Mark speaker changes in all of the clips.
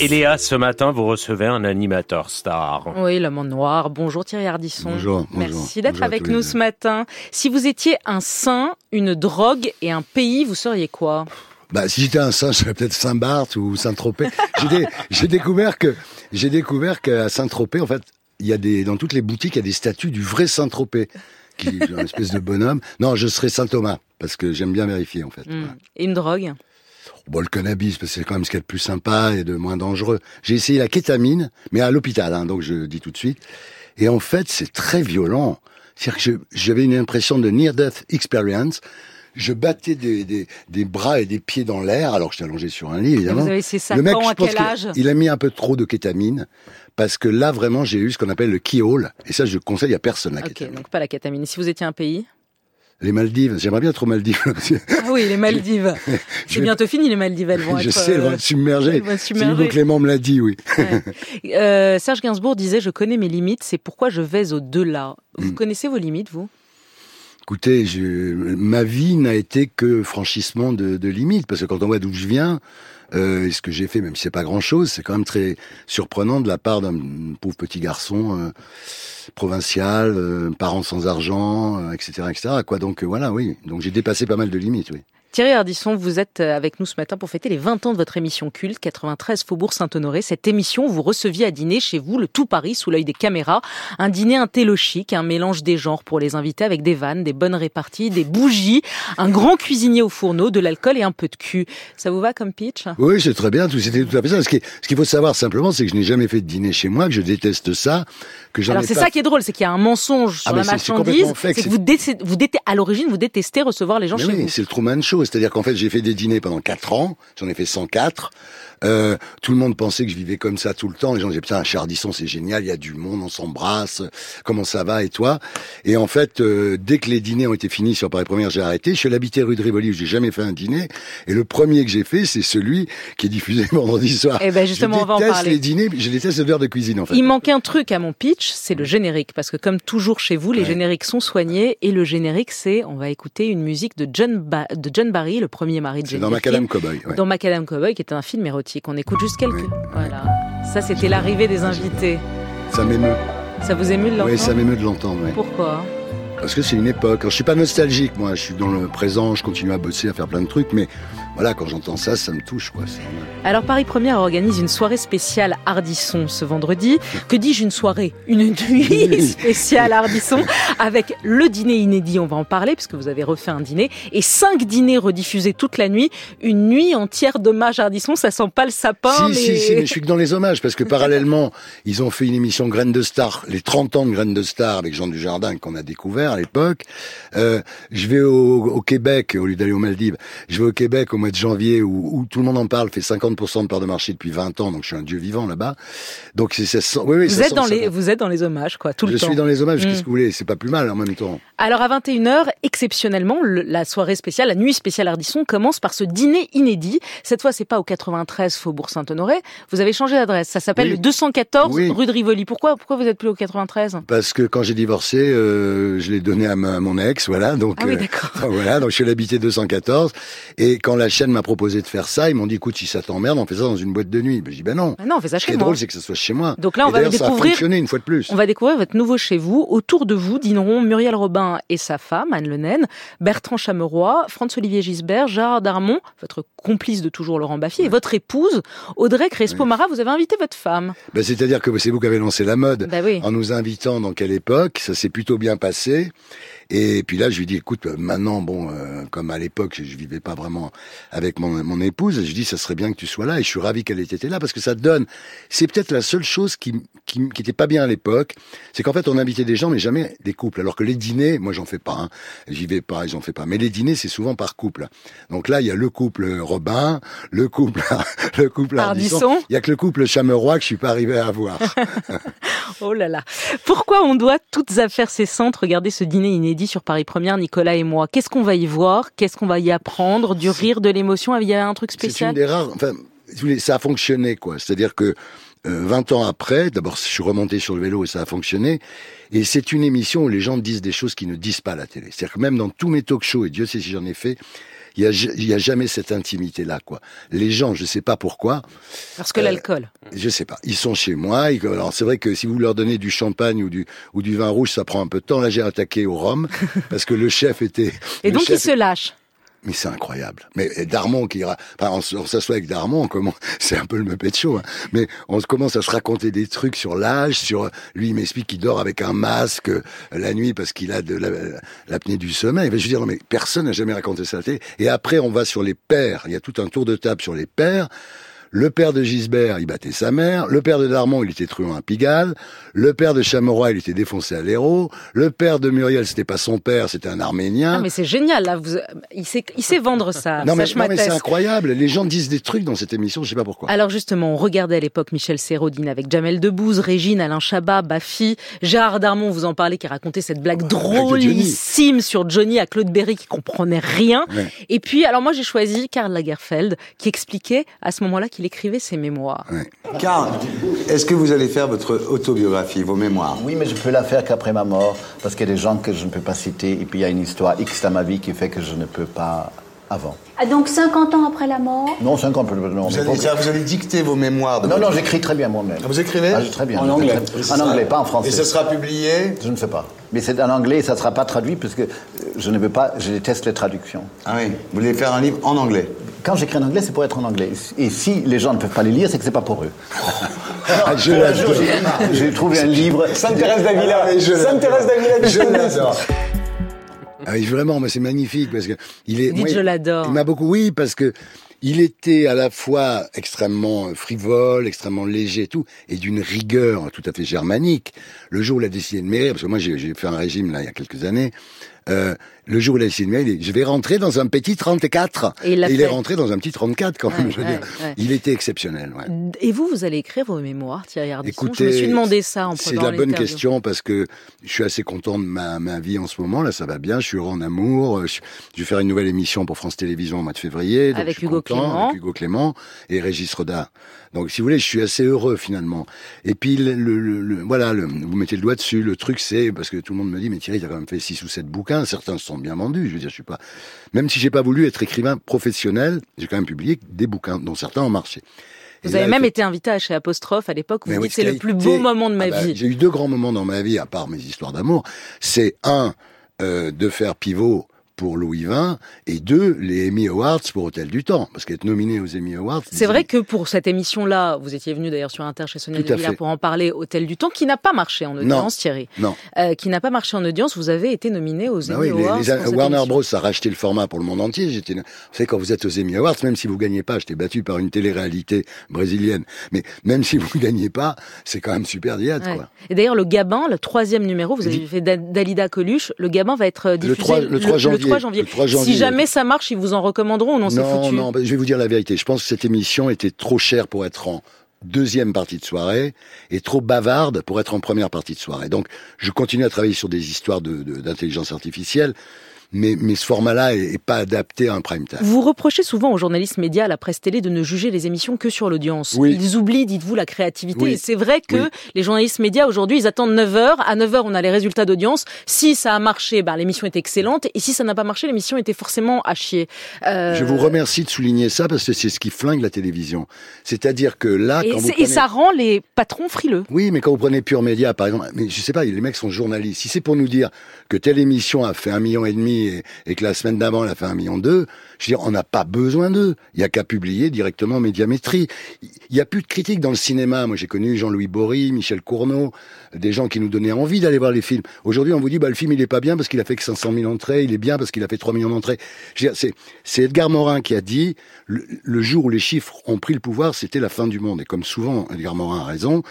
Speaker 1: Et Léa, ce matin, vous recevez un animateur star.
Speaker 2: Oui, l'homme en noir. Bonjour Thierry Ardisson.
Speaker 3: Bonjour,
Speaker 2: Merci
Speaker 3: bonjour,
Speaker 2: d'être
Speaker 3: bonjour à
Speaker 2: avec
Speaker 3: tous les
Speaker 2: nous
Speaker 3: deux.
Speaker 2: ce matin. Si vous étiez un saint, une drogue et un pays, vous seriez quoi
Speaker 3: Bah, si j'étais un saint, je serais peut-être Saint-Barth ou Saint-Tropez. J'ai dé- j'ai découvert que, j'ai découvert qu'à Saint-Tropez, en fait, il y a des, dans toutes les boutiques, il y a des statues du vrai Saint-Tropez. Qui est une espèce de bonhomme. Non, je serais Saint-Thomas. Parce que j'aime bien vérifier, en fait.
Speaker 2: Hmm.
Speaker 3: Voilà.
Speaker 2: Et une drogue
Speaker 3: Bon, le cannabis, parce que c'est quand même ce qu'il y a de plus sympa et de moins dangereux. J'ai essayé la kétamine, mais à l'hôpital, hein, donc je dis tout de suite. Et en fait, c'est très violent. C'est-à-dire que je- j'avais une impression de near-death experience. Je battais des, des, des bras et des pieds dans l'air, alors que j'étais allongé sur un lit, évidemment.
Speaker 2: Ah, Vous avez ces
Speaker 3: Le
Speaker 2: sacs
Speaker 3: mec,
Speaker 2: à
Speaker 3: je pense
Speaker 2: quel
Speaker 3: que
Speaker 2: âge
Speaker 3: il a mis un peu trop de kétamine, parce que là, vraiment, j'ai eu ce qu'on appelle le keyhole. Et ça, je conseille à personne, la
Speaker 2: Ok,
Speaker 3: kétamine.
Speaker 2: donc pas la kétamine. Et Si vous étiez un pays
Speaker 3: Les Maldives, j'aimerais bien être aux Maldives.
Speaker 2: Ah oui, les Maldives. C'est
Speaker 3: vais-
Speaker 2: bientôt fini, les Maldives. Elles vont
Speaker 3: je
Speaker 2: être,
Speaker 3: sais, elles
Speaker 2: euh,
Speaker 3: vont être submergées.
Speaker 2: elles vont être
Speaker 3: C'est Hugo
Speaker 2: submergées.
Speaker 3: Clément me l'a dit, oui.
Speaker 2: Ouais. Euh, Serge Gainsbourg disait Je connais mes limites, c'est pourquoi je vais au-delà. Vous
Speaker 3: Hmm.
Speaker 2: connaissez vos limites, vous
Speaker 3: Écoutez, je, ma vie n'a été que franchissement de, de limites, parce que quand on voit d'où je viens, euh, et ce que j'ai fait, même si c'est pas grand-chose, c'est quand même très surprenant de la part d'un pauvre petit garçon euh, provincial, euh, parents sans argent, euh, etc., etc. Quoi, donc euh, voilà, oui. Donc j'ai dépassé pas mal de limites, oui.
Speaker 2: Thierry Ardisson, vous êtes euh, avec nous ce matin pour fêter les 20 ans de votre émission culte 93 Faubourg Saint-Honoré. Cette émission, vous receviez à dîner chez vous le tout Paris sous l'œil des caméras. Un dîner intellochique, un mélange des genres pour les invités avec des vannes, des bonnes réparties, des bougies, un grand cuisinier au fourneau, de l'alcool et un peu de cul. Ça vous va comme pitch
Speaker 3: Oui, c'est très bien, tout- c'était tout à fait ça. Ce qui- ce qu'il faut savoir simplement, c'est que je n'ai jamais fait de dîner chez moi, que je déteste ça, que j'en
Speaker 2: Alors
Speaker 3: ai
Speaker 2: c'est
Speaker 3: pas
Speaker 2: ça qui est drôle, c'est qu'il y a un mensonge sur
Speaker 3: Ah,
Speaker 2: la
Speaker 3: mais c'est- c'est complètement
Speaker 2: marchandise. C'est
Speaker 3: fake,
Speaker 2: que
Speaker 3: c'est-
Speaker 2: vous, détestez- vous détestez, à l'origine, vous détestez recevoir les gens
Speaker 3: Mais
Speaker 2: chez
Speaker 3: oui,
Speaker 2: vous.
Speaker 3: c'est le Truman Show. C'est-à-dire qu'en fait, j'ai fait des dîners pendant 4 ans. J'en ai fait 104. Euh, tout le monde pensait que je vivais comme ça tout le temps. Les gens disaient, putain, Chardisson, c'est génial. Il y a du monde, on s'embrasse. Comment ça va et toi Et en fait, euh, dès que les dîners ont été finis sur Paris Première, j'ai arrêté. Je suis allé habiter rue de Rivoli où j'ai jamais fait un dîner. Et le premier que j'ai fait, c'est celui qui est diffusé vendredi soir.
Speaker 2: Eh ben justement,
Speaker 3: je
Speaker 2: on va en
Speaker 3: déteste
Speaker 2: parler.
Speaker 3: les dîners, je déteste l'odeur de cuisine en fait.
Speaker 2: Il manque un truc à mon pitch, c'est le générique. Parce que comme toujours chez vous, les
Speaker 3: Ouais.
Speaker 2: génériques sont soignés. Et le générique, c'est, on va écouter une musique de John, Ba- de John Barry, le premier mari de
Speaker 3: C'est
Speaker 2: Jane
Speaker 3: dans
Speaker 2: Birkin,
Speaker 3: Macadam Cowboy. ouais.
Speaker 2: dans Macadam Cowboy, qui est un film érotique. On écoute juste quelques...
Speaker 3: Ouais, ouais.
Speaker 2: Voilà. Ça, c'était l'arrivée des invités.
Speaker 3: Ça m'émeut.
Speaker 2: Ça vous émule l'entendre
Speaker 3: Oui, ça m'émeut de l'entendre. ouais.
Speaker 2: Pourquoi
Speaker 3: Parce que c'est une époque. Alors, je suis pas nostalgique, moi. Je suis dans le présent, je continue à bosser, à faire plein de trucs, mais voilà, quand j'entends ça, ça me touche, quoi. C'est-
Speaker 2: Alors Paris Première organise une soirée spéciale Hardisson ce vendredi. Que dis-je une soirée Une nuit spéciale Hardisson avec le dîner inédit, on va en parler puisque vous avez refait un dîner et cinq dîners rediffusés toute la nuit, une nuit entière d'hommage Hardisson, ça sent pas le sapin
Speaker 3: si,
Speaker 2: mais
Speaker 3: si, si, mais je suis que dans les hommages, parce que parallèlement, ils ont fait une émission Graines de Star, les 30 ans de Graines de Star avec Jean Dujardin qu'on a découvert à l'époque. Euh, je vais au, au Québec, au lieu d'aller aux Maldives, je vais au Québec au mois de janvier où, où tout le monde en parle, fait 50% de part de marché depuis 20 ans, donc je suis un dieu vivant là-bas. Donc c'est ça. sent- Oui, oui,
Speaker 2: vous
Speaker 3: ça
Speaker 2: êtes
Speaker 3: sent
Speaker 2: dans
Speaker 3: le
Speaker 2: les
Speaker 3: sapin.
Speaker 2: vous êtes dans les hommages quoi tout
Speaker 3: Je
Speaker 2: le temps.
Speaker 3: suis dans les hommages,
Speaker 2: Mm.
Speaker 3: qu'est-ce que vous voulez C'est pas plus mal en même temps.
Speaker 2: Alors à 21h, exceptionnellement, le- la soirée spéciale, la nuit spéciale Ardisson commence par ce dîner inédit. Cette fois, c'est pas au 93 Faubourg Saint-Honoré. Vous avez changé d'adresse. Ça s'appelle
Speaker 3: Oui.
Speaker 2: le 214
Speaker 3: Oui.
Speaker 2: rue de Rivoli. Pourquoi pourquoi vous êtes plus au 93
Speaker 3: Parce que quand j'ai divorcé, euh, je l'ai donné à, ma- à mon ex, voilà. Donc
Speaker 2: Ah oui,
Speaker 3: euh,
Speaker 2: d'accord.
Speaker 3: voilà, donc je suis allé habiter 214. Et quand la chaîne m'a proposé de faire ça, ils m'ont dit, écoute, si ça t'emmerde, on fait ça dans une boîte de nuit. Ben, j'ai dit, ben non.
Speaker 2: Ah non, on fait ça
Speaker 3: Ce qui
Speaker 2: chez
Speaker 3: est
Speaker 2: moi.
Speaker 3: drôle, c'est que ça soit chez moi.
Speaker 2: Donc là, on
Speaker 3: Et
Speaker 2: va
Speaker 3: d'ailleurs, ça a
Speaker 2: découvrir
Speaker 3: fonctionné une fois de plus.
Speaker 2: on va découvrir votre nouveau chez vous. Autour de vous dîneront Muriel Robin et sa femme, Anne Lenaine, Bertrand Chameroy, Franz-Olivier Gisbert, Gérard Darmon, votre complice de toujours Laurent Baffy, et votre épouse, Audrey Crespo-Mara. Vous avez invité votre femme.
Speaker 3: Ben, c'est-à-dire que c'est vous qui avez lancé la mode.
Speaker 2: Bah oui.
Speaker 3: en nous invitant dans quelle époque. Ça s'est plutôt bien passé. Et puis là, je lui dis, écoute, euh, maintenant, bon, euh, comme à l'époque, je, je vivais pas vraiment avec mon, mon épouse, je dis, ça serait bien que tu sois là. Et je suis ravi qu'elle ait été là parce que ça donne. C'est peut-être la seule chose qui qui, qui était pas bien à l'époque, c'est qu'en fait, on invitait des gens, mais jamais des couples. Alors que les dîners, moi, j'en fais pas. Hein. J'y vais pas, j'en fais pas. Mais les dîners, c'est souvent par couple. Donc là, il y a le couple Robin, le couple, le couple Ardisson.
Speaker 2: Ardisson.
Speaker 3: Il y a que le couple Chameroy que je suis pas arrivé à voir.
Speaker 2: Oh là là. Pourquoi on doit toutes affaires cessantes regarder ce dîner inédit sur Paris Première, Nicolas et moi Qu'est-ce qu'on va y voir Qu'est-ce qu'on va y apprendre Du rire, de l'émotion Il y a un truc
Speaker 3: C'est une
Speaker 2: spécial
Speaker 3: des rares. Enfin, si vous voulez, ça a fonctionné, quoi. C'est-à-dire que euh, 20 ans après, d'abord, je suis remonté sur le vélo et ça a fonctionné. Et c'est une émission où les gens disent des choses qu'ils ne disent pas à la télé. C'est-à-dire que même dans tous mes talk shows, et Dieu sait si j'en ai fait, Il n'y a, a, jamais cette intimité-là, quoi. Les gens, je sais pas pourquoi.
Speaker 2: Parce que euh, l'alcool.
Speaker 3: Je sais pas. Ils sont chez moi. Ils, alors c'est vrai que si vous leur donnez du champagne ou du ou du vin rouge, ça prend un peu de temps. Là, j'ai attaqué au rhum parce que le chef était.
Speaker 2: Et donc ils se lâchent.
Speaker 3: Mais c'est incroyable. Mais Darmon qui, enfin, on, s'assoit avec Darmon, on commence, c'est un peu le Muppet Show, hein, mais on commence à se raconter des trucs sur l'âge, sur, lui, il m'explique qu'il dort avec un masque euh, la nuit parce qu'il a de l'apnée la, du sommeil. Mais je veux dire, non, mais personne n'a jamais raconté ça. Et après, on va sur les pères. Il y a tout un tour de table sur les pères. Le père de Gisbert, il battait sa mère. Le père de Darmon, il était truand à Pigalle. Le père de Chamorrois, il était défoncé à l'Hérault. Le père de Muriel, c'était pas son père, c'était un Arménien.
Speaker 2: Ah, mais c'est génial, là. Vous... Il, sait... il sait vendre ça.
Speaker 3: Hein non, mais,
Speaker 2: ça
Speaker 3: non, mais c'est incroyable. Les gens disent des trucs dans cette émission, je sais pas pourquoi.
Speaker 2: Alors, justement, on regardait à l'époque Michel Sérodine avec Jamel Debbouze, Régine, Alain Chabat, Baffy, Gérard Darmon, vous en parlez, qui racontait cette blague
Speaker 3: Ah bah,
Speaker 2: oh, drôlissime sur Johnny à Claude Berry qui comprenait rien. Ouais. Et puis, alors moi, j'ai choisi Karl Lagerfeld qui expliquait à ce moment-là il écrivait ses mémoires.
Speaker 3: Ouais.
Speaker 4: Karl, est-ce que vous allez faire votre autobiographie, vos mémoires
Speaker 5: Oui, mais je peux la faire qu'après ma mort, parce qu'il y a des gens que je ne peux pas citer, et puis il y a une histoire X dans ma vie qui fait que je ne peux pas avant.
Speaker 6: Ah, donc 50 ans après la mort
Speaker 5: Non, 50 non,
Speaker 4: vous, allez, dire, vous allez dicter vos mémoires.
Speaker 5: non, non, j'écris très bien moi-même.
Speaker 4: Vous écrivez
Speaker 5: ah, Très bien.
Speaker 4: En anglais
Speaker 5: En sera... anglais, pas en français.
Speaker 4: Et ce sera publié
Speaker 5: Je ne sais pas. Mais c'est en anglais et ça ne sera pas traduit, parce que je ne veux pas, je déteste les traductions.
Speaker 4: Ah oui, vous voulez faire un livre en anglais
Speaker 5: quand j'écris en anglais, c'est pour être en anglais. Et si les gens ne peuvent pas les lire, c'est que c'est pas pour eux.
Speaker 4: Ah, je l'adore.
Speaker 5: J'ai trouvé un livre.
Speaker 4: Sainte-Thérèse d'Avila. Sainte-Thérèse d'Avila.
Speaker 3: Je l'adore. Ah oui, vraiment, mais c'est magnifique parce que il est.
Speaker 2: Dites moi,
Speaker 3: je
Speaker 2: l'adore.
Speaker 3: Il m'a beaucoup, oui, parce que il était à la fois extrêmement frivole, extrêmement léger et tout, et d'une rigueur tout à fait germanique. Le jour où il a décidé de mairie, parce que moi j'ai fait un régime là il y a quelques années, euh, le jour où il a décidé de mairie, il dit, je vais rentrer dans un petit 34.
Speaker 2: Et il,
Speaker 3: et il
Speaker 2: est
Speaker 3: rentré dans un petit 34 quand même,
Speaker 2: Ouais,
Speaker 3: je veux
Speaker 2: ouais,
Speaker 3: dire.
Speaker 2: ouais.
Speaker 3: Il était exceptionnel. ouais.
Speaker 2: Et vous, vous allez écrire vos mémoires, Thierry Ardisson
Speaker 3: Écoutez,
Speaker 2: Je me suis demandé ça en
Speaker 3: C'est
Speaker 2: préparant
Speaker 3: la bonne
Speaker 2: l'interview.
Speaker 3: question parce que je suis assez content de ma, ma vie en ce moment. Là, ça va bien. Je suis heureux en amour. euh, Je, je vais faire une nouvelle émission pour France Télévisions au mois de février. donc
Speaker 2: Avec
Speaker 3: je suis
Speaker 2: Hugo
Speaker 3: content,
Speaker 2: Clément.
Speaker 3: Avec Hugo Clément et Régis Roda. Donc, si vous voulez, je suis assez heureux finalement. Et puis, le, le- le- le- voilà, le- vous mettez le doigt dessus. Le truc, c'est parce que tout le monde me dit, mais Thierry, t'as quand même fait six ou sept bouquins. Certains se sont bien vendus. Je veux dire, je suis pas. Même si j'ai pas voulu être écrivain professionnel, j'ai quand même publié des bouquins dont certains ont marché. Et
Speaker 2: Vous
Speaker 3: là,
Speaker 2: avez même
Speaker 3: effectivement,
Speaker 2: été invité à chez Apostrophe à l'époque. Vous
Speaker 3: mais
Speaker 2: dites
Speaker 3: oui,
Speaker 2: c'est
Speaker 3: ce
Speaker 2: le
Speaker 3: qui a
Speaker 2: plus
Speaker 3: été-
Speaker 2: beau moment de ma
Speaker 3: Ah bah,
Speaker 2: vie.
Speaker 3: J'ai eu deux grands moments dans ma vie, à part mes histoires d'amour. C'est un, euh, de faire pivot pour Louis XX, et deux, les Emmy Awards pour Hôtel du Temps. Parce qu'être nominé aux Emmy Awards...
Speaker 2: C'est vrai que pour cette émission-là, vous étiez venu d'ailleurs sur Inter chez Sonia
Speaker 3: Tout à
Speaker 2: Devilla
Speaker 3: fait.
Speaker 2: pour en parler, Hôtel du Temps, qui n'a pas marché en audience, Thierry.
Speaker 3: Non.
Speaker 2: Euh, qui n'a pas marché en audience, vous avez été nominé aux
Speaker 3: Bah
Speaker 2: Emmy
Speaker 3: oui, les-
Speaker 2: Awards pour
Speaker 3: les-
Speaker 2: cette
Speaker 3: Warner
Speaker 2: émission.
Speaker 3: Bros a racheté le format pour le monde entier. J'étais, vous savez, quand vous êtes aux Emmy Awards, même si vous gagnez pas, j'étais battu par une télé-réalité brésilienne. Mais même si vous gagnez pas, c'est quand même super d'y être,
Speaker 2: Ouais.
Speaker 3: quoi.
Speaker 2: Et d'ailleurs, le Gabin, le troisième numéro, vous avez
Speaker 3: Dis-
Speaker 2: fait Da- Dalida Coluche, le Gabin va être euh, diffusé
Speaker 3: 3 le 3 janvier.
Speaker 2: janvier.
Speaker 3: Le 3 janvier.
Speaker 2: Si jamais ça marche, ils vous en recommanderont ou non, c'est
Speaker 3: Non,
Speaker 2: foutu
Speaker 3: non, bah, je vais vous dire la vérité. Je pense que cette émission était trop chère pour être en deuxième partie de soirée et trop bavarde pour être en première partie de soirée. Donc, je continue à travailler sur des histoires de- de- d'intelligence artificielle, mais, mais ce format-là est, est pas adapté à un prime time.
Speaker 2: Vous reprochez souvent aux journalistes médias, à la presse télé, de ne juger les émissions que sur l'audience.
Speaker 3: Oui.
Speaker 2: Ils oublient, dites-vous, la créativité.
Speaker 3: Oui.
Speaker 2: Et c'est vrai que
Speaker 3: Oui.
Speaker 2: les journalistes médias, aujourd'hui, ils attendent 9h. À 9h, on a les résultats d'audience. Si ça a marché, ben, l'émission est excellente. Et si ça n'a pas marché, l'émission était forcément à chier. Euh,
Speaker 3: Je vous remercie de souligner ça parce que c'est ce qui flingue la télévision. C'est-à-dire que là,
Speaker 2: Et,
Speaker 3: quand vous
Speaker 2: c'est- et
Speaker 3: prenez...
Speaker 2: ça rend les patrons frileux.
Speaker 3: Oui, mais quand vous prenez Pure Média, par exemple, mais je sais pas, les mecs sont journalistes. Si c'est pour nous dire que telle émission a fait un million et demi et, et que la semaine d'avant elle a fait un million deux, je veux dire, on n'a pas besoin d'eux. Il y a qu'à publier directement Médiamétrie. Il y a plus de critiques dans le cinéma. Moi, j'ai connu Jean-Louis Bory, Michel Cournot, des gens qui nous donnaient envie d'aller voir les films. Aujourd'hui, on vous dit, bah, le film, il est pas bien parce qu'il a fait que 500 000 entrées, il est bien parce qu'il a fait 3 millions d'entrées. Je veux dire, c'est, c'est Edgar Morin qui a dit, le, le jour où les chiffres ont pris le pouvoir, c'était la fin du monde. Et comme souvent, Edgar Morin a raison,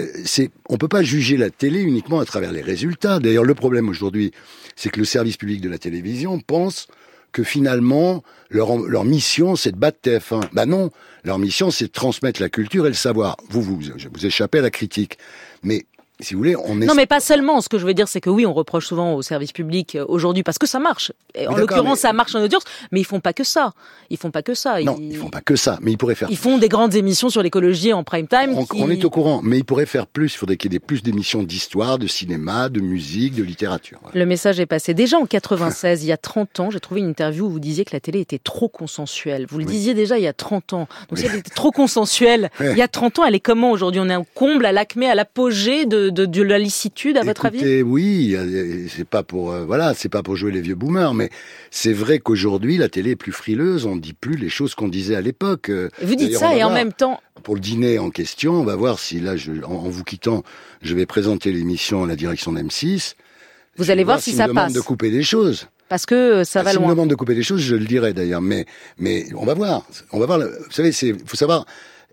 Speaker 3: euh, c'est, on peut pas juger la télé uniquement à travers les résultats. D'ailleurs, le problème aujourd'hui, c'est que le service public de la télévision pense que finalement, leur, leur mission, c'est de battre TF1. Bah non, leur mission, c'est de transmettre la culture et le savoir. Vous, vous, vous échappez à la critique. Mais si vous voulez, on est.
Speaker 2: Non, mais pas seulement. Ce que je veux dire, c'est que oui, on reproche souvent au service public euh, aujourd'hui parce que ça marche. Et en
Speaker 3: d'accord,
Speaker 2: l'occurrence,
Speaker 3: mais-
Speaker 2: ça marche en audience, mais ils font pas que ça. Ils font pas que ça.
Speaker 3: Non,
Speaker 2: ils...
Speaker 3: ils font pas que ça, mais ils pourraient faire.
Speaker 2: ils font des grandes émissions sur l'écologie en prime time.
Speaker 3: On,
Speaker 2: qui-
Speaker 3: on est au courant, mais ils pourraient faire plus. Il faudrait qu'il y ait des- plus d'émissions d'histoire, de cinéma, de musique, de littérature. Voilà.
Speaker 2: Le message est passé. Déjà en 96, il y a 30 ans, j'ai trouvé une interview où vous disiez que la télé était trop consensuelle. Vous le
Speaker 3: Oui.
Speaker 2: disiez déjà il y a 30 ans. Donc si elle était trop consensuelle, il y a 30 ans, elle est comment aujourd'hui On est au comble, à l'acmé, à l'apogée de, de, de la licitude, à votre avis
Speaker 3: Écoutez, oui, euh, c'est pas pour euh, voilà, c'est pas pour jouer les vieux boomers, mais c'est vrai qu'aujourd'hui la télé est plus frileuse, on dit plus les choses qu'on disait à l'époque. Euh,
Speaker 2: Vous dites
Speaker 3: d'ailleurs,
Speaker 2: ça
Speaker 3: on va
Speaker 2: et en
Speaker 3: voir.
Speaker 2: même temps,
Speaker 3: Pour le dîner en question, on va voir si là, je, en, en vous quittant, je vais présenter l'émission à la direction d'M6.
Speaker 2: Vous
Speaker 3: Je vais
Speaker 2: allez voir si
Speaker 3: s'ils
Speaker 2: ça
Speaker 3: me demandent
Speaker 2: passe.
Speaker 3: de couper des choses.
Speaker 2: parce que euh, ça
Speaker 3: Ah,
Speaker 2: va
Speaker 3: s'ils
Speaker 2: loin.
Speaker 3: me demandent de couper des choses, je le dirai d'ailleurs. Mais mais on va voir, on va voir. le- Vous savez, c'est faut savoir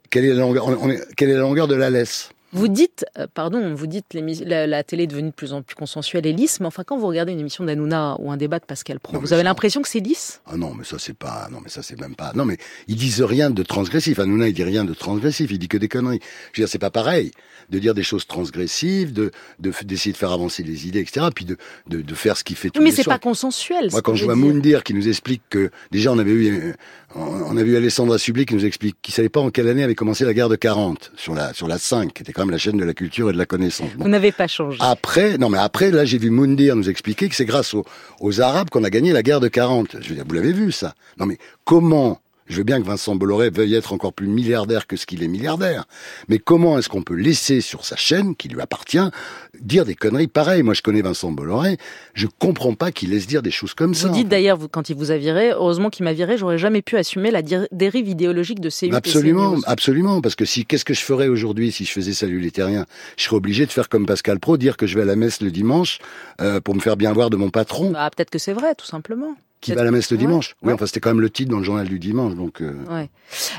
Speaker 3: quelle est la longueur, on- on est- quelle est la longueur de la laisse.
Speaker 2: Vous dites, euh, pardon, vous dites l'émi- la, la télé est devenue de plus en plus consensuelle et lisse, mais enfin quand vous regardez une émission d'Anouna ou un débat de Pascal Pro,
Speaker 3: Non, mais
Speaker 2: vous avez
Speaker 3: ça-
Speaker 2: l'impression que c'est lisse
Speaker 3: Ah non, mais ça c'est pas, non mais ça c'est même pas. Non mais ils disent rien de transgressif. Hanouna il dit rien de transgressif, il dit que des conneries. Je veux dire c'est pas pareil de dire des choses transgressives, de de f- d'essayer de faire avancer les idées, etc. Puis de de, de faire ce qui fait tout
Speaker 2: Oui, mais
Speaker 3: les
Speaker 2: c'est
Speaker 3: soirs.
Speaker 2: pas consensuel.
Speaker 3: Moi, quand je vois Moundir qui nous explique que déjà on avait eu, euh, on on avait eu Alessandra Subli qui nous explique qu'il savait pas en quelle année avait commencé la guerre de 40 sur la sur la 5, qui était quand même la chaîne de la culture et de la connaissance. Bon.
Speaker 2: Vous n'avez pas
Speaker 3: Ah,
Speaker 2: changé.
Speaker 3: Après, non mais après, là j'ai vu Moundir nous expliquer que c'est grâce aux, aux Arabes qu'on a gagné la guerre de 40. Je veux dire, vous l'avez vu ça Non mais comment Je veux bien que Vincent Bolloré veuille être encore plus milliardaire que ce qu'il est milliardaire, mais comment est-ce qu'on peut laisser sur sa chaîne, qui lui appartient, dire des conneries pareilles Moi je connais Vincent Bolloré, je comprends pas qu'il laisse dire des choses comme ça.
Speaker 2: Vous dites d'ailleurs, vous, quand il vous a viré, heureusement qu'il m'a viré, j'aurais jamais pu assumer la dir- dérive idéologique de ces
Speaker 3: Absolument, absolument, parce que si qu'est-ce que je ferais aujourd'hui si je faisais Salut les Terriens Je serais obligé de faire comme Pascal Pro, dire que je vais à la messe le dimanche euh, pour me faire bien voir de mon patron.
Speaker 2: Bah, peut-être que c'est vrai, tout simplement.
Speaker 3: Qui va à la messe le
Speaker 2: Ouais,
Speaker 3: dimanche Oui,
Speaker 2: ouais.
Speaker 3: enfin, c'était quand même le titre dans le journal du dimanche, donc... euh,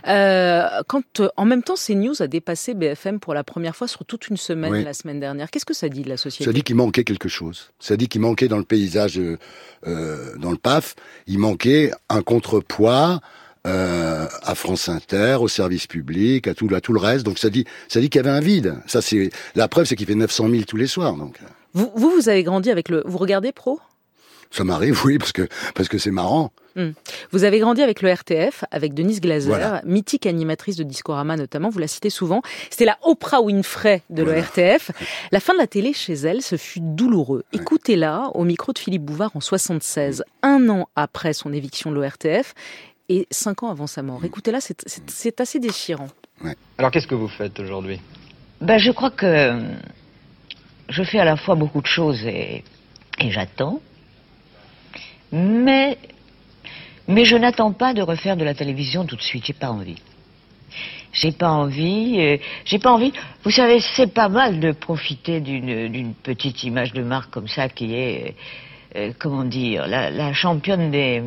Speaker 2: Euh, quand, euh, en même temps, CNews a dépassé BFM pour la première fois sur toute une semaine
Speaker 3: Oui.
Speaker 2: la semaine dernière. Qu'est-ce que ça dit de la
Speaker 3: ça
Speaker 2: société
Speaker 3: dit qu'il manquait quelque chose. Ça dit qu'il manquait dans le paysage, euh, euh, dans le PAF, il manquait un contrepoids euh, à France Inter, au service public, à tout, à tout le reste. Donc ça dit, ça dit qu'il y avait un vide. Ça c'est la preuve, c'est qu'il fait 900 000 tous les soirs. Donc
Speaker 2: vous, vous, vous avez grandi avec le. Vous regardez Pro
Speaker 3: ça m'arrive, oui, parce que parce que c'est marrant.
Speaker 2: Vous avez grandi avec le RTF, avec Denise Glaser,
Speaker 3: Voilà.
Speaker 2: mythique animatrice de Discorama notamment, vous la citez souvent. C'était la Oprah Winfrey de le RTF. La fin de la télé chez elle, ce fut douloureux. Écoutez-la au micro de Philippe Bouvard en 76, un an après son éviction de l'ORTF et cinq ans avant sa mort. Écoutez-la, c'est- c'est c'est assez déchirant.
Speaker 7: Alors qu'est-ce que vous faites aujourd'hui
Speaker 8: Ben, je crois que euh, je fais à la fois beaucoup de choses et, et j'attends. Mais, mais je n'attends pas de refaire de la télévision tout de suite. J'ai pas envie. J'ai pas envie. euh, J'ai pas envie. Vous savez, c'est pas mal de profiter d'une d'une petite image de marque comme ça qui est, euh, euh, comment dire, la, la championne des,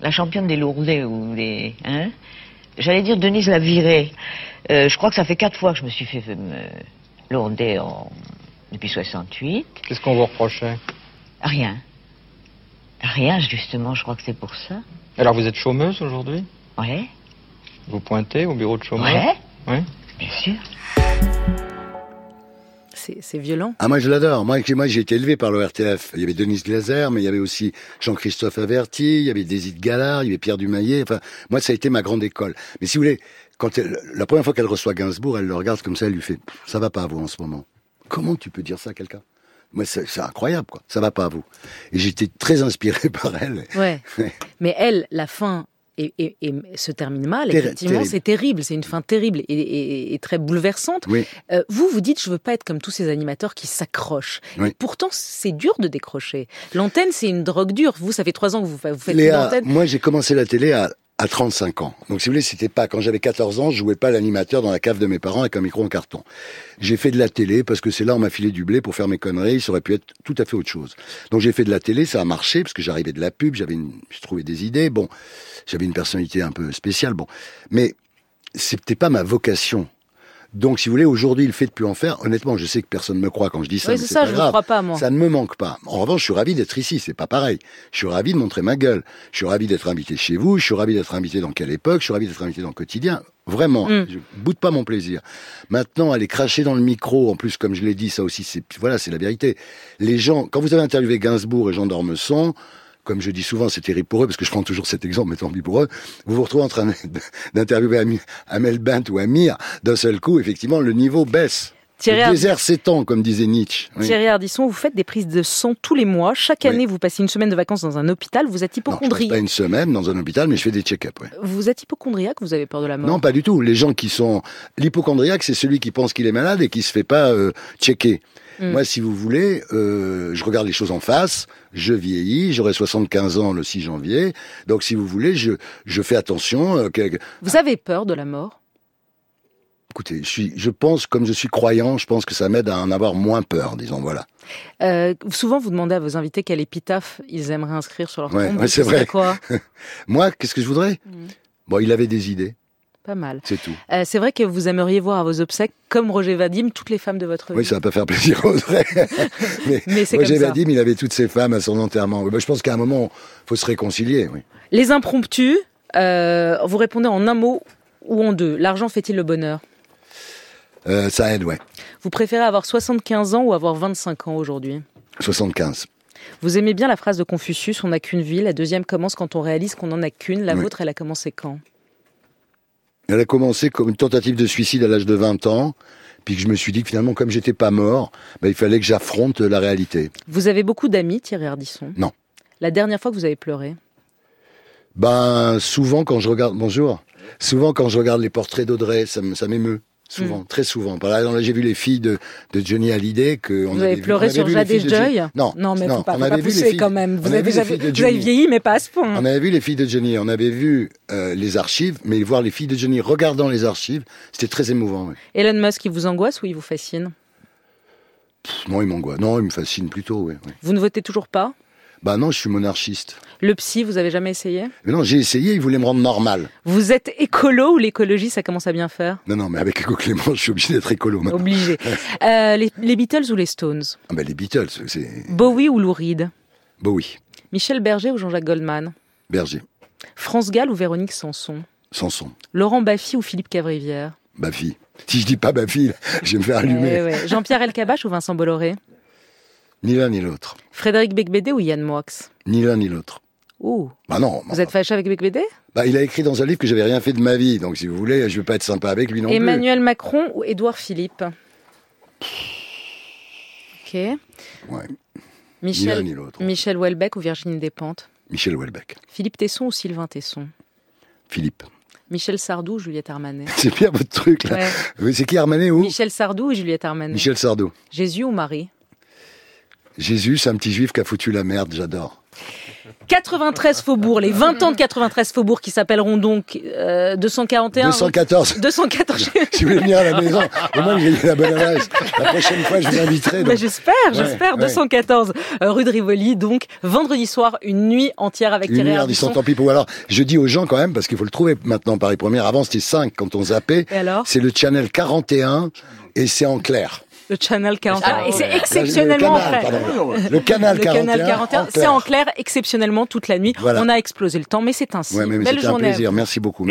Speaker 8: la championne des lourdets ou des, hein J'allais dire Denise l'a virée. Euh, je crois que ça fait quatre fois que je me suis fait euh, me lourder en... depuis 68.
Speaker 7: Qu'est-ce qu'on vous reprochait
Speaker 8: Rien. Rien, justement, je crois que c'est pour ça.
Speaker 7: Alors vous êtes chômeuse aujourd'hui
Speaker 8: Ouais,
Speaker 7: Vous pointez au bureau de chômage
Speaker 8: ouais,
Speaker 7: Oui.
Speaker 8: bien sûr.
Speaker 2: C'est c'est violent.
Speaker 3: Ah moi je l'adore. Moi, moi j'ai été élevé par le RTF. Il y avait Denise Glaser, mais il y avait aussi Jean-Christophe Averti, il y avait Déside Gallard, il y avait Pierre Dumaillet. Enfin, moi ça a été ma grande école. Mais si vous voulez, quand elle, la première fois qu'elle reçoit Gainsbourg, elle le regarde comme ça, elle lui fait "Ça va pas à vous en ce moment." Comment tu peux dire ça à quelqu'un Moi c'est c'est incroyable quoi. Ça va pas à vous. Et j'étais très inspiré par elle.
Speaker 2: Ouais.
Speaker 3: Ouais.
Speaker 2: Mais elle, la fin est- est- est- se termine mal.
Speaker 3: Terri-
Speaker 2: Effectivement,
Speaker 3: terrible.
Speaker 2: c'est terrible. C'est une fin terrible et, et- et très bouleversante.
Speaker 3: Oui.
Speaker 2: Euh, vous, vous dites, je veux pas être comme tous ces animateurs qui s'accrochent.
Speaker 3: Oui.
Speaker 2: Et pourtant, c'est dur de décrocher. L'antenne, c'est une drogue dure. Vous, ça fait trois ans que vous, fa- vous faites une
Speaker 3: Léa,
Speaker 2: antenne.
Speaker 3: moi j'ai commencé la télé à, à 35 ans. Donc si vous voulez, c'était pas quand j'avais 14 ans, je jouais pas l'animateur dans la cave de mes parents avec un micro en carton. J'ai fait de la télé parce que c'est là on m'a filé du blé pour faire mes conneries, ça aurait pu être tout à fait autre chose. Donc j'ai fait de la télé, ça a marché parce que j'arrivais de la pub, j'avais une... je trouvais des idées, bon, j'avais une personnalité un peu spéciale, bon, mais c'était pas ma vocation. Donc, si vous voulez, aujourd'hui, le fait de plus en faire, honnêtement, je sais que personne ne me croit quand je dis ça,
Speaker 2: Oui,
Speaker 3: mais
Speaker 2: c'est
Speaker 3: c'est
Speaker 2: ça,
Speaker 3: pas
Speaker 2: je ne
Speaker 3: grave.
Speaker 2: crois pas, moi.
Speaker 3: Ça ne me manque pas. En revanche, je suis ravi d'être ici, c'est pas pareil. Je suis ravi de montrer ma gueule. Je suis ravi d'être invité chez vous, je suis ravi d'être invité dans quelle époque, je suis ravi d'être invité dans le quotidien. Vraiment,
Speaker 2: Mm.
Speaker 3: je boude pas mon plaisir. Maintenant, aller cracher dans le micro, en plus, comme je l'ai dit, ça aussi, c'est voilà, c'est la vérité. Les gens, quand vous avez interviewé Gainsbourg et Jean d'Ormesson, comme je dis souvent, c'est terrible pour eux, parce que je prends toujours cet exemple, mais tant pis pour eux, vous vous retrouvez en train d'interviewer Ami- Amel Bent ou Amir, d'un seul coup, effectivement, le niveau baisse.
Speaker 2: Thierry,
Speaker 3: le
Speaker 2: Ard-
Speaker 3: désert s'étend, comme disait Nietzsche. Oui.
Speaker 2: Thierry Ardisson, vous faites des prises de sang tous les mois. Chaque
Speaker 3: Oui.
Speaker 2: année, vous passez une semaine de vacances dans un hôpital. Vous êtes
Speaker 3: Non, je passe
Speaker 2: hypochondriaque.
Speaker 3: pas une semaine dans un hôpital, mais je fais des check-up. ouais.
Speaker 2: Vous êtes hypochondriaque, vous avez peur de la mort.
Speaker 3: Non, pas du tout. Les gens qui sont l'hypochondriaque, c'est celui qui pense qu'il est malade et qui se fait pas euh, checker.
Speaker 2: Mm.
Speaker 3: Moi, si vous voulez, euh, je regarde les choses en face. Je vieillis, j'aurai 75 ans le 6 janvier. Donc, si vous voulez, je je fais attention. euh, que-
Speaker 2: Vous avez peur de la mort
Speaker 3: Écoutez, je suis, je pense, comme je suis croyant, je pense que ça m'aide à en avoir moins peur. Disons voilà.
Speaker 2: Euh, Souvent, vous demandez à vos invités quelle épitaphe ils aimeraient inscrire sur leur
Speaker 3: Ouais,
Speaker 2: tombe.
Speaker 3: ouais, c'est
Speaker 2: Ce serait
Speaker 3: vrai.
Speaker 2: quoi
Speaker 3: Moi, qu'est-ce que je voudrais Bon, il avait des idées,
Speaker 2: Pas mal.
Speaker 3: c'est tout.
Speaker 2: Euh, c'est vrai que vous aimeriez voir à vos obsèques, comme Roger Vadim, toutes les femmes de votre
Speaker 3: Oui,
Speaker 2: vie.
Speaker 3: ça va pas faire plaisir aux vrais. Mais
Speaker 2: Mais c'est comme
Speaker 3: Roger
Speaker 2: ça.
Speaker 3: Vadim, il avait toutes ses femmes à son enterrement. Oui, bah, je pense qu'à un moment, faut se réconcilier. Oui.
Speaker 2: Les impromptus, euh, vous répondez en un mot ou en deux. L'argent fait-il le bonheur
Speaker 3: Euh, ça aide, ouais.
Speaker 2: Vous préférez avoir 75 ans ou avoir 25 ans aujourd'hui
Speaker 3: 75.
Speaker 2: Vous aimez bien la phrase de Confucius, on n'a qu'une vie, la deuxième commence quand on réalise qu'on n'en a qu'une, la
Speaker 3: Oui.
Speaker 2: vôtre elle a commencé quand
Speaker 3: Elle a commencé comme une tentative de suicide à l'âge de 20 ans, puis que je me suis dit que finalement, comme j'étais pas mort, bah, il fallait que j'affronte la réalité.
Speaker 2: Vous avez beaucoup d'amis, Thierry Ardisson
Speaker 3: Non.
Speaker 2: La dernière fois que vous avez pleuré
Speaker 3: Ben, souvent quand je regarde, bonjour, souvent quand je regarde les portraits d'Audrey, ça me- ça m'émeut.
Speaker 2: Hmm.
Speaker 3: Souvent, très souvent. Par là, là, j'ai vu les filles de, de Johnny Hallyday que on
Speaker 2: Vous
Speaker 3: avait
Speaker 2: avez
Speaker 3: vu-
Speaker 2: pleuré
Speaker 3: on avait
Speaker 2: sur
Speaker 3: vu les
Speaker 2: Jade
Speaker 3: filles de
Speaker 2: Joy
Speaker 3: Johnny- Non,
Speaker 2: Non mais
Speaker 3: non,
Speaker 2: faut pas,
Speaker 3: on
Speaker 2: faut
Speaker 3: avait
Speaker 2: pas
Speaker 3: vu les
Speaker 2: pousser
Speaker 3: filles-
Speaker 2: quand même.
Speaker 3: on
Speaker 2: Vous
Speaker 3: avait
Speaker 2: avez,
Speaker 3: vu
Speaker 2: vous
Speaker 3: les
Speaker 2: avez-
Speaker 3: filles de
Speaker 2: vous avez
Speaker 3: Johnny.
Speaker 2: vieilli mais pas à ce point.
Speaker 3: On avait vu les filles de Johnny, on avait vu euh, les archives, mais voir les filles de Johnny regardant les archives, c'était très émouvant. oui.
Speaker 2: Elon Musk, il vous angoisse ou il vous fascine
Speaker 3: Pff, non, il m'angoisse. Non, il me fascine plutôt. Oui, oui.
Speaker 2: Vous ne votez toujours pas
Speaker 3: Ben non, je suis monarchiste.
Speaker 2: Le psy, vous avez jamais essayé
Speaker 3: Mais non, j'ai essayé, il voulait me rendre normal.
Speaker 2: Vous êtes écolo ou l'écologie, ça commence à bien faire
Speaker 3: Non, non, mais avec Eco Clément, je suis obligé d'être écolo maintenant.
Speaker 2: Obligé. Euh, les, les Beatles ou les Stones
Speaker 3: Ah ben, les Beatles, c'est
Speaker 2: Bowie ou Lou Reed
Speaker 3: Bowie,
Speaker 2: Michel Berger ou Jean-Jacques Goldman
Speaker 3: Berger,
Speaker 2: France Gall ou Véronique Sanson
Speaker 3: Sanson,
Speaker 2: Laurent Baffy ou Philippe Cavrivière
Speaker 3: ma fille. Si je dis pas ma fille, je vais me faire allumer.
Speaker 2: Eh ouais. Jean-Pierre Elkabach ou Vincent Bolloré
Speaker 3: Ni l'un ni l'autre.
Speaker 2: Frédéric Becbédé ou Yann Moix
Speaker 3: Ni l'un ni l'autre.
Speaker 2: Ouh,
Speaker 3: Bah non.
Speaker 2: vous êtes fâché avec Becbédé
Speaker 3: Bah, il a écrit dans un livre que j'avais rien fait de ma vie, donc si vous voulez, je vais pas être sympa avec lui non
Speaker 2: Emmanuel Macron ou Édouard Philippe Ok.
Speaker 3: plus. Ouais, ni l'un
Speaker 2: Michel,
Speaker 3: ni l'autre.
Speaker 2: Michel Houellebecq ou Virginie Despentes
Speaker 3: Michel Houellebecq.
Speaker 2: Philippe Tesson ou Sylvain Tesson
Speaker 3: Philippe.
Speaker 2: Michel Sardou ou Juliette Armanet
Speaker 3: C'est bien votre truc là.
Speaker 2: Ouais.
Speaker 3: Mais C'est qui Armanet ou
Speaker 2: Michel Sardou ou Juliette Armanet
Speaker 3: Michel Sardou.
Speaker 2: Jésus ou Marie
Speaker 3: Jésus, c'est un petit juif qui a foutu la merde, j'adore.
Speaker 2: 93 faubourgs, les 20 ans de 93 faubourgs qui s'appelleront donc euh, 241.
Speaker 3: 214.
Speaker 2: 214.
Speaker 3: si vous voulez venir à la maison, au moins vous ayez la bonne adresse. La prochaine fois, je vous inviterai.
Speaker 2: Bah,
Speaker 3: donc.
Speaker 2: j'espère, j'espère.
Speaker 3: ouais.
Speaker 2: 214 euh, rue de Rivoli, donc vendredi soir, une nuit entière avec
Speaker 3: Une
Speaker 2: Thierry
Speaker 3: merde, ils sont
Speaker 2: Ardisson.
Speaker 3: tant pis pour. Alors, je dis aux gens quand même, parce qu'il faut le trouver maintenant, Paris Première. Avant, c'était 5 quand on zappait.
Speaker 2: Et alors
Speaker 3: C'est le channel 41 et c'est en clair.
Speaker 2: Le Channel 41.
Speaker 1: Ah,
Speaker 2: et c'est
Speaker 1: ouais.
Speaker 2: exceptionnellement
Speaker 3: le canal,
Speaker 2: en clair.
Speaker 3: pardon. Le canal
Speaker 2: Le
Speaker 3: 41.
Speaker 2: canal 41,
Speaker 3: en clair.
Speaker 2: c'est en clair exceptionnellement toute la nuit.
Speaker 3: Voilà.
Speaker 2: On a explosé le temps, mais c'est ainsi.
Speaker 3: Ouais, mais
Speaker 2: Belle
Speaker 3: c'était un
Speaker 2: journée. à vous.
Speaker 3: plaisir. Merci beaucoup.